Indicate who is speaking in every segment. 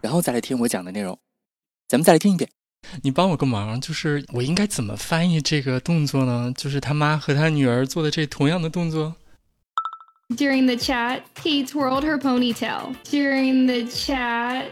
Speaker 1: 然后再来听我讲的内容。咱们再来听一遍。
Speaker 2: 你帮我个忙，就是我应该怎么翻译这个动作呢？就是他妈和他女儿做的这同样的动作。
Speaker 3: During the chat, he twirled her ponytail. During the chat,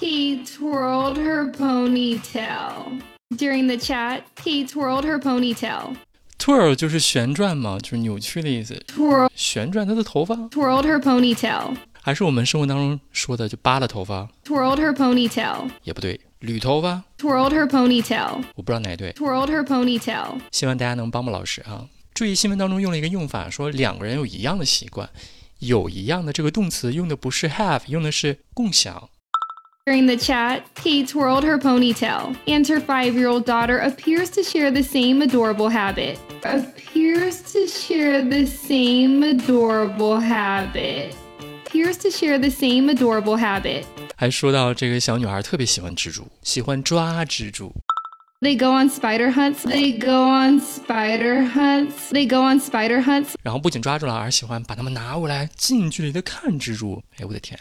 Speaker 3: he twirled her ponytail. During the chat, he twirled her ponytail.
Speaker 2: twirl 就是旋转嘛，就是扭曲的意思，
Speaker 3: Twirl,
Speaker 2: 旋转她的头发，
Speaker 3: twirled her ponytail.
Speaker 2: 还是我们生活当中说的就扒拉头发，
Speaker 3: Twirled her ponytail.
Speaker 2: 也不对，捋头发，
Speaker 3: Twirled her ponytail.
Speaker 2: 我不知道哪对。
Speaker 3: Twirled her ponytail.
Speaker 2: 希望大家能帮帮老师啊。注意新闻当中用了一个用法，说两个人有一样的习惯，有一样的这个动词用的不是 have，用的是共享。
Speaker 3: During the chat, he twirled her ponytail, and her five year old daughter appears to share the same adorable habit. Appears to share the same adorable habit. Appears to share the same adorable habit.
Speaker 2: 还说到这个小女孩特别喜欢蜘蛛，喜欢抓蜘蛛。
Speaker 3: They go on spider hunts. They go on spider hunts. They go on spider hunts.
Speaker 2: 然后不仅抓住了，而喜欢把它们拿过来，近距离的看蜘蛛。哎，我的天！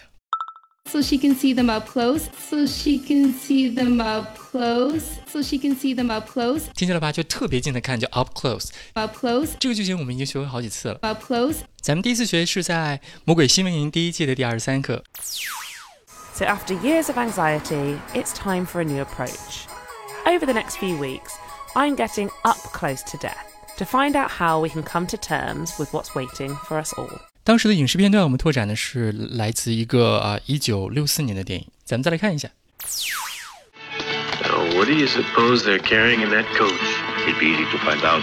Speaker 3: So she can see them up close. So she can see them up close. So she can see them up close.
Speaker 2: 听见了吧？就特别近的看，叫 up close。
Speaker 3: Up close.
Speaker 2: 这个句型我们已经学过好几次了。
Speaker 3: Up close.
Speaker 2: 咱们第一次学是在《魔鬼新闻营》第一季的第二十三课。
Speaker 4: So, after years of anxiety, it's time for a new approach. Over the next few weeks, I'm getting up close to death to find out how we can come to terms with what's waiting for us all.
Speaker 2: 当时的影视片段我们拓展的是来自一个啊一九六四年的电影，咱们再来看一下。
Speaker 5: Now, what do you suppose they're carrying in that coach?
Speaker 6: It'd be easy to find out.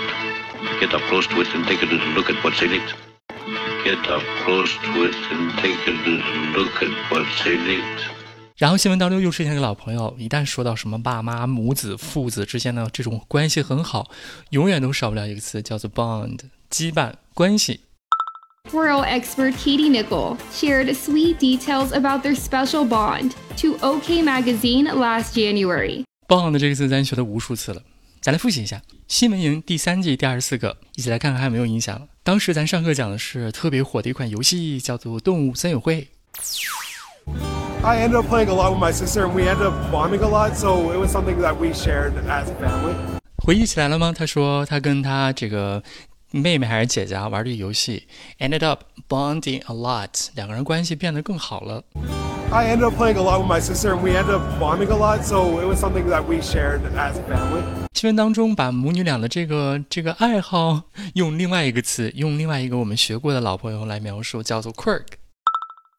Speaker 6: Get up close to it and take a little look at what's in it. Get up close to it and take a little look at what's in it.
Speaker 2: 然后新闻当中又出现一个老朋友，一旦说到什么爸妈、母子、父子之间的这种关系很好，永远都少不了一个词，叫做 bond，羁绊、关系。
Speaker 3: Twirl expert Katie Nichol shared sweet details about their special bond to OK Magazine last January.
Speaker 2: bond 这个词咱学了无数次了，咱来复习一下新闻营第三季第二十四课，一起来看看还有没有印象了。当时咱上课讲的是特别火的一款游戏，叫做《动物森友会》。
Speaker 7: I ended up playing a lot with my sister, and we ended up bonding a lot. So it was something that we shared as a family.
Speaker 2: 回忆起来了吗？他说他跟他这个妹妹还是姐姐啊玩这个游戏，ended up bonding a lot，两个人关系变得更好了。
Speaker 7: I ended up playing a lot with my sister, and we ended up bonding a lot. So it was something that we shared as a family.
Speaker 2: 新闻当中把母女俩的这个这个爱好用另外一个词，用另外一个我们学过的老朋友来描述，叫做 quirk。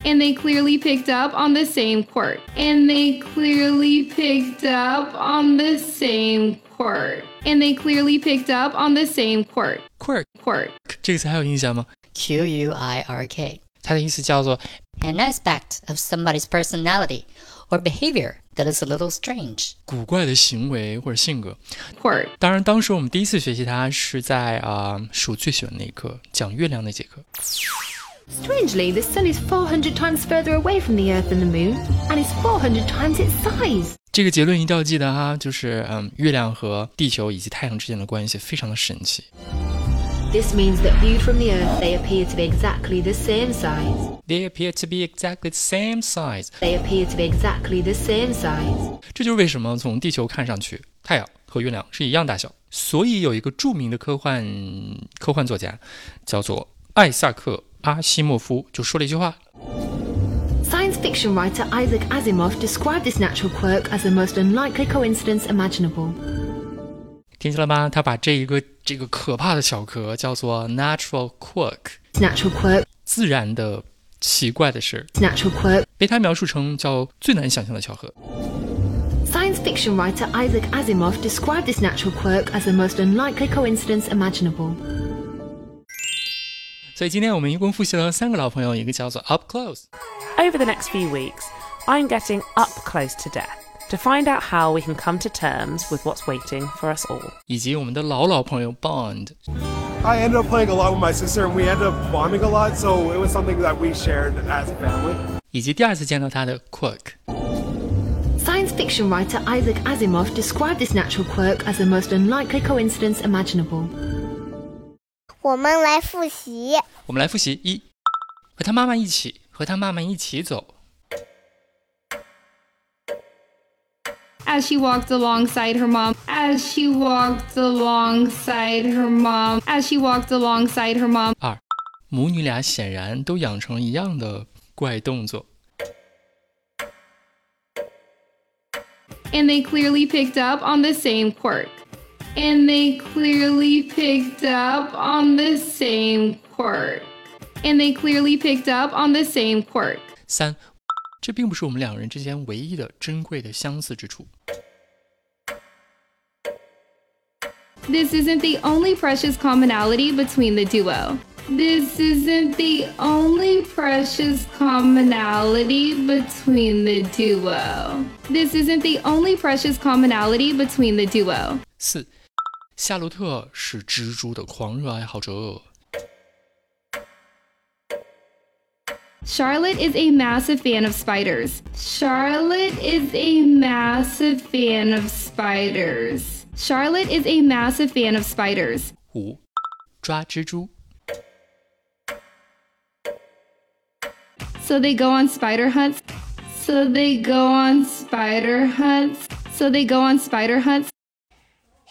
Speaker 3: And they clearly picked up on the same quirk. And they clearly picked up on the same quirk. And they clearly picked up on the same quirk.
Speaker 2: quirk
Speaker 3: Quirk.
Speaker 2: 这个词还有印象吗？
Speaker 8: Q U I R K,
Speaker 2: 它的意思叫做
Speaker 8: an aspect of somebody's personality or behavior that is a little strange.
Speaker 2: 古怪的行为或者性格。
Speaker 3: Quirk.
Speaker 2: 当然，当时我们第一次学习它是在啊、数最喜欢那一课，讲月亮那节课。
Speaker 9: Strangely, the sun is 400 times further away from the Earth than the moon, and is 400 times its size.
Speaker 2: 这个结论一定要记得哈，就是嗯，月亮和地球以及太阳之间的关系非常的神奇。
Speaker 9: This means that viewed from the Earth, they appear to be exactly the same size.
Speaker 2: They appear to be exactly the same size。
Speaker 9: They appear to be exactly the same size.
Speaker 2: 这就是为什么从地球看上去，太阳和月亮是一样大小。所以有一个著名的科幻科幻作家，叫做艾萨克·阿西莫夫，就说了一句话，
Speaker 9: Science fiction writer Isaac Asimov described this natural quirk as the most unlikely coincidence imaginable.
Speaker 2: 听见了吗？他把这一个这个可怕的小壳叫做 natural quirk，
Speaker 9: This natural quirk,
Speaker 2: 自然的奇怪的事，
Speaker 9: this natural quirk.
Speaker 2: 被他描述成叫最难想象的巧合。
Speaker 9: Science fiction writer Isaac Asimov described this natural quirk as the most unlikely coincidence imaginable.
Speaker 2: 所以今天我们一共复习了三个老朋友，一个叫做 up close。
Speaker 4: Over the next few weeks, I'm getting up close to death to find out how we can come to terms with what's waiting for us all.
Speaker 2: 以及我们的老老朋友 Bond。
Speaker 7: I ended up playing a lot with my sister, and we ended up bonding a lot, so it was something that we shared as a family.
Speaker 2: 以及第二次见到他的 Quirk。
Speaker 9: Science fiction writer Isaac Asimov described this natural quirk as the most unlikely coincidence imaginable.
Speaker 10: 我们来复习。
Speaker 2: 我们来复习一，和他妈妈一起，和他妈妈一起走。
Speaker 3: As she walked alongside her mom, as she walked alongside her mom, as she walked alongside her mom.
Speaker 2: 二，母女俩显然都养成一样的怪动作。
Speaker 3: and they clearly picked up on the same quirk. And they clearly picked up on the same quirk. And they clearly picked up on the same quirk.
Speaker 2: 三，这并不是我们两人之间唯一的珍贵的相似之处。
Speaker 3: This isn't the only precious commonality between the duo. This isn't the only precious commonality between the duo. This isn't the only precious commonality between the duo.
Speaker 2: 四，夏洛特是蜘蛛的狂热爱好者。
Speaker 3: Charlotte is a massive fan of spiders. Charlotte is a massive fan of spiders. Charlotte is a massive fan of spiders.
Speaker 2: 五，抓蜘蛛。
Speaker 3: So they go on spider hunts. So they go on spider hunts. So they go on spider hunts.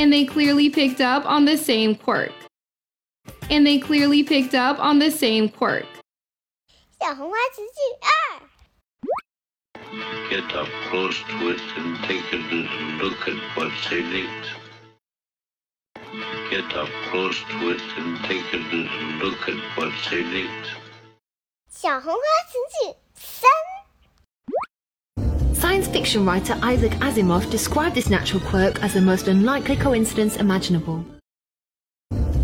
Speaker 3: And they clearly picked up on the same quirk. And they clearly picked up on the same quirk.
Speaker 10: 小红花词句二，
Speaker 6: Get up close to it and take a little look at what's in it. Get up close to it and take a little look at what's in it.
Speaker 10: 小红花词句三，
Speaker 9: Science fiction writer Isaac Asimov described this natural quirk as the most unlikely coincidence imaginable.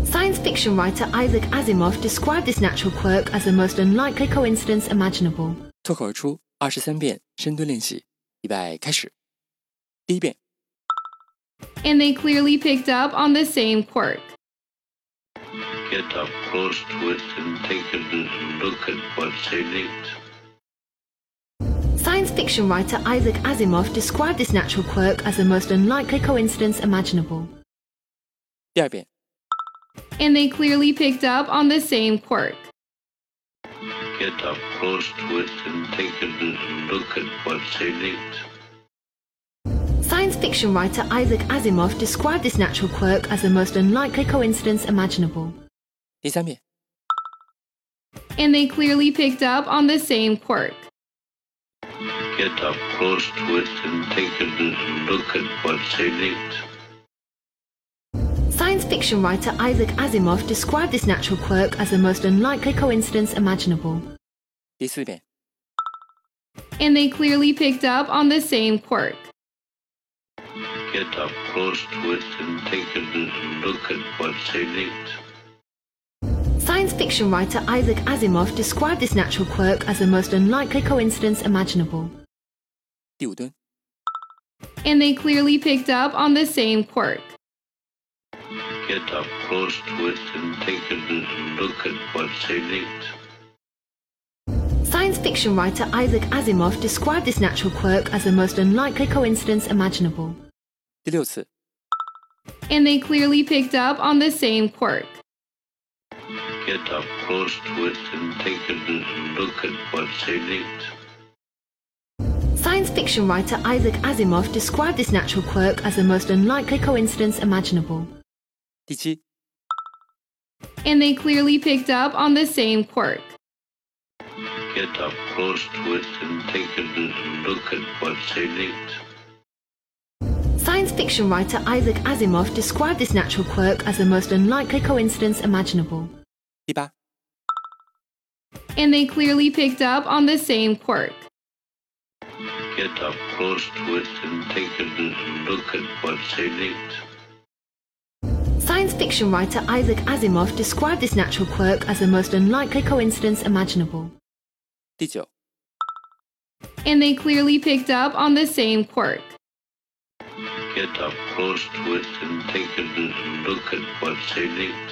Speaker 9: Science fiction writer Isaac Asimov described this natural quirk as the most unlikely coincidence imaginable.
Speaker 1: 脱口而出二十三遍深蹲练习，预备开始。第一遍，
Speaker 3: And they clearly picked up on the same quirk.
Speaker 6: Get up close to it and take a little look at what's in it.
Speaker 9: Science fiction writer Isaac Asimov described this natural quirk as the most unlikely coincidence imaginable.
Speaker 1: 第二遍，
Speaker 3: And they clearly picked up on the same quirk.
Speaker 6: Get up close to it and take a little look at what's in it.
Speaker 9: Science fiction writer Isaac Asimov described this natural quirk as the most unlikely coincidence imaginable.
Speaker 1: 第三遍，
Speaker 3: And they clearly picked up on the same quirk.
Speaker 6: Get up close to it and take a little look at what's in it.
Speaker 9: Science fiction writer Isaac Asimov described this natural quirk as the most unlikely coincidence imaginable.
Speaker 1: 第四遍，
Speaker 3: And they clearly picked up on the same quirk.
Speaker 6: Get up close to it and take a little look at what's in it.
Speaker 9: Science fiction writer Isaac Asimov described this natural quirk as the most unlikely coincidence imaginable.
Speaker 1: 第五蹲，
Speaker 3: And they clearly picked up on the same quirk.
Speaker 6: Get up close to it and take a little look at what's in it.
Speaker 9: Science fiction writer Isaac Asimov described this natural quirk as the most unlikely coincidence imaginable.
Speaker 1: 第六次，
Speaker 3: And they clearly picked up on the same quirk.
Speaker 6: Get up close to it and take a little look at what's in it.
Speaker 9: Science fiction writer Isaac Asimov described this natural quirk as the most unlikely coincidence imaginable.
Speaker 1: 第七，
Speaker 3: And they clearly picked up on the same quirk.
Speaker 6: Get up close to it and take a little look at what's in it.
Speaker 9: Science fiction writer Isaac Asimov described this natural quirk as the most unlikely coincidence imaginable.
Speaker 1: 第八、
Speaker 3: and they clearly picked up on the same quirk.
Speaker 6: Get up close to it and take a little look at what's in it.
Speaker 9: Science fiction writer Isaac Asimov described this natural quirk as the most unlikely coincidence imaginable.
Speaker 1: 第九、
Speaker 3: And they clearly picked up on the same quirk.
Speaker 6: Get up close to it and take a little look at what's in it.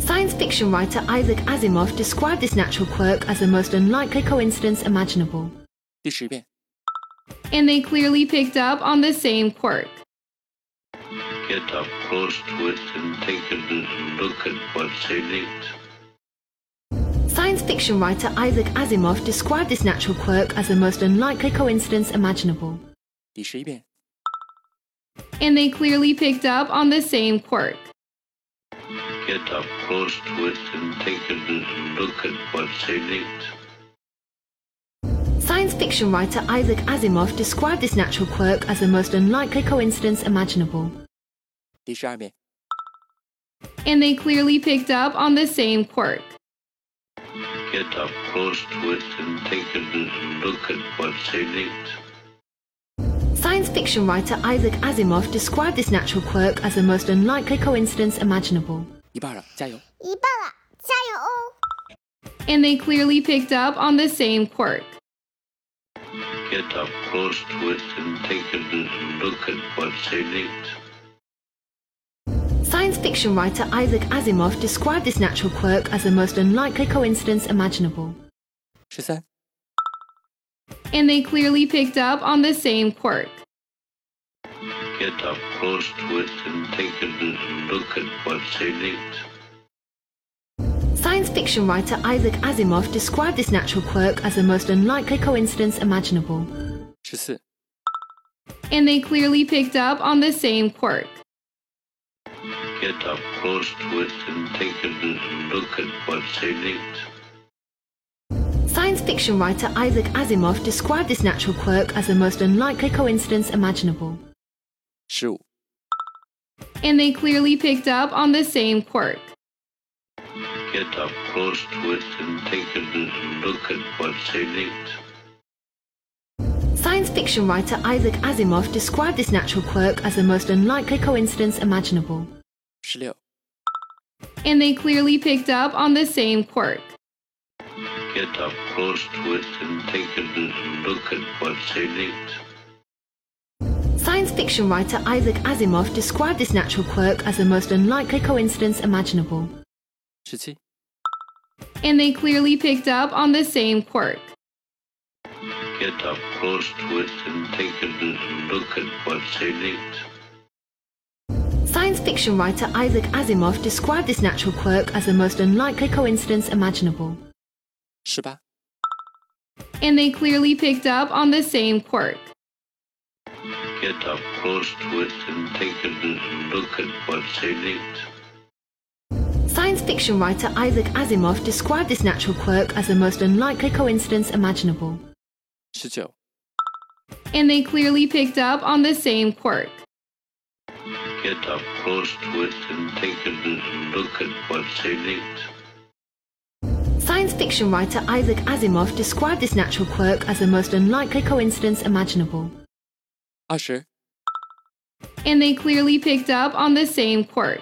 Speaker 9: Science fiction writer Isaac Asimov described this natural quirk as the most unlikely coincidence imaginable.
Speaker 1: 第十遍、
Speaker 3: And they clearly picked up on the same quirk.
Speaker 6: Get up close to it and take a little look at what's in it.
Speaker 9: Science fiction writer Isaac Asimov described this natural quirk as the most unlikely coincidence imaginable.
Speaker 1: 第十一遍、
Speaker 3: And they clearly picked up on the same quirk.
Speaker 6: Get up close to it and take a little look at what's in it.
Speaker 9: Science fiction writer Isaac Asimov described this natural quirk as the most unlikely coincidence imaginable.
Speaker 1: 第十二遍、
Speaker 3: And they clearly picked up on the same quirk.
Speaker 6: Get up close to it and take a little look at what's in it.
Speaker 9: Science fiction writer Isaac Asimov described this natural quirk as the most unlikely coincidence imaginable.
Speaker 1: 一半了，加油！
Speaker 10: 一半了，加油哦！
Speaker 3: And they clearly picked up on the same quirk.
Speaker 6: Get up close to it and take a little look at what's in it.
Speaker 9: Science fiction writer Isaac Asimov described this natural quirk as the most unlikely coincidence imaginable.
Speaker 1: 十三、
Speaker 3: And they clearly picked up on the same quirk.
Speaker 6: Get up close to it and take a little look at what's in it.
Speaker 9: Science fiction writer Isaac Asimov described this natural quirk as the most unlikely coincidence imaginable.
Speaker 1: 十四、
Speaker 3: And they clearly picked up on the same quirk.
Speaker 6: Get up close to it and take a little look at what's in it.
Speaker 9: Science fiction writer Isaac Asimov described this natural quirk as the most unlikely coincidence imaginable.
Speaker 1: 十五、
Speaker 3: And they clearly picked up on the same quirk.
Speaker 6: Get up close to it and take a little look at what's in it.
Speaker 9: Science fiction writer Isaac Asimov described this natural quirk as the most unlikely coincidence imaginable.
Speaker 1: 十六、
Speaker 3: And they clearly picked up on the same quirk.
Speaker 6: Get up close to it and take a little look at what's in it.
Speaker 9: Science fiction writer Isaac Asimov described this natural quirk as the most unlikely coincidence imaginable.
Speaker 1: 十七、
Speaker 3: And they clearly picked up on the same quirk.
Speaker 6: Get up close to it and take a little look at what's in it.
Speaker 9: Science fiction writer Isaac Asimov described this natural quirk as the most unlikely coincidence imaginable.
Speaker 1: 十八、
Speaker 3: And they clearly picked up on the same quirk.
Speaker 6: Get up close to it and take a little look at what's in it.
Speaker 9: Science fiction writer Isaac Asimov described this natural quirk as the most unlikely coincidence imaginable.
Speaker 1: 十九、
Speaker 3: And they clearly picked up on the same quirk.
Speaker 6: Get up close to it and take a little look at what's in it.
Speaker 9: Science fiction writer Isaac Asimov described this natural quirk as the most unlikely coincidence imaginable.
Speaker 1: 二十、
Speaker 3: And they clearly picked up on the same quirk.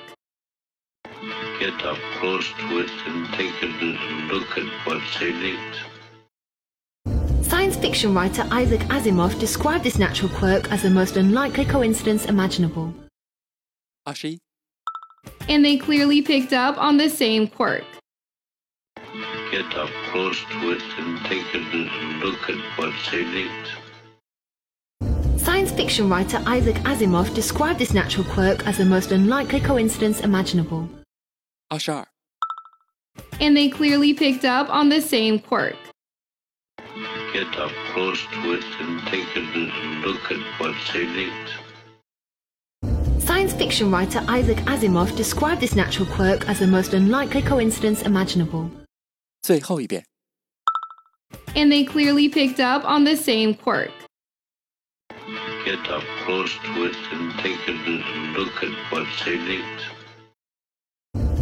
Speaker 6: Get up close to it and take a little look at what's in it.
Speaker 9: Science fiction writer Isaac Asimov described this natural quirk as the most unlikely coincidence imaginable.
Speaker 1: 二十一、
Speaker 3: And they clearly picked up on the same quirk.
Speaker 6: Get up close to it and take a little look at what's in it.
Speaker 9: Science fiction writer Isaac Asimov described this natural quirk as the most unlikely coincidence imaginable.
Speaker 1: 二十二、
Speaker 3: And they clearly picked up on the same quirk.
Speaker 6: Get up close to it and take a little look at what's in it.
Speaker 9: Science fiction writer Isaac Asimov described this natural quirk as the most unlikely coincidence imaginable.
Speaker 1: 最后一遍。
Speaker 3: And they clearly picked up on the same quirk.
Speaker 6: get up close to it and take a look at what's in it.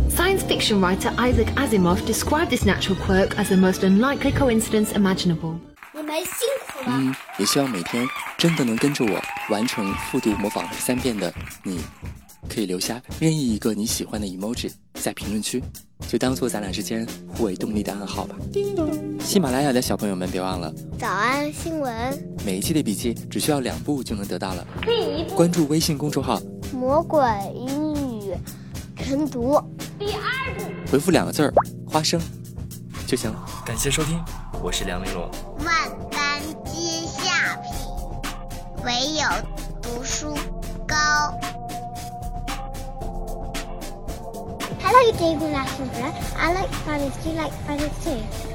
Speaker 11: Science fiction writer Isaac Asimov described this natural quirk as the most unlikely coincidence imaginable.
Speaker 10: 你们辛苦了。
Speaker 9: 嗯，也希望每天真的能跟着我完成复读模仿三遍的你，可以留下任意一个你喜欢的 emoji 在评论区，就当做咱俩之间互为动力的暗号吧。喜马拉雅的小朋友们，别忘了
Speaker 10: 早安新闻，
Speaker 9: 每一期的笔记只需要两步就能得到了。
Speaker 10: 第一
Speaker 9: 关注微信公众号，
Speaker 10: 魔鬼英语晨读，第二部。
Speaker 9: 回复两个字儿“花生”就行了。感谢收听，我是梁玲珑。
Speaker 12: 万般皆下品，唯有读书高。
Speaker 10: I like David Attenborough. I like Fridays. You like Fridays too.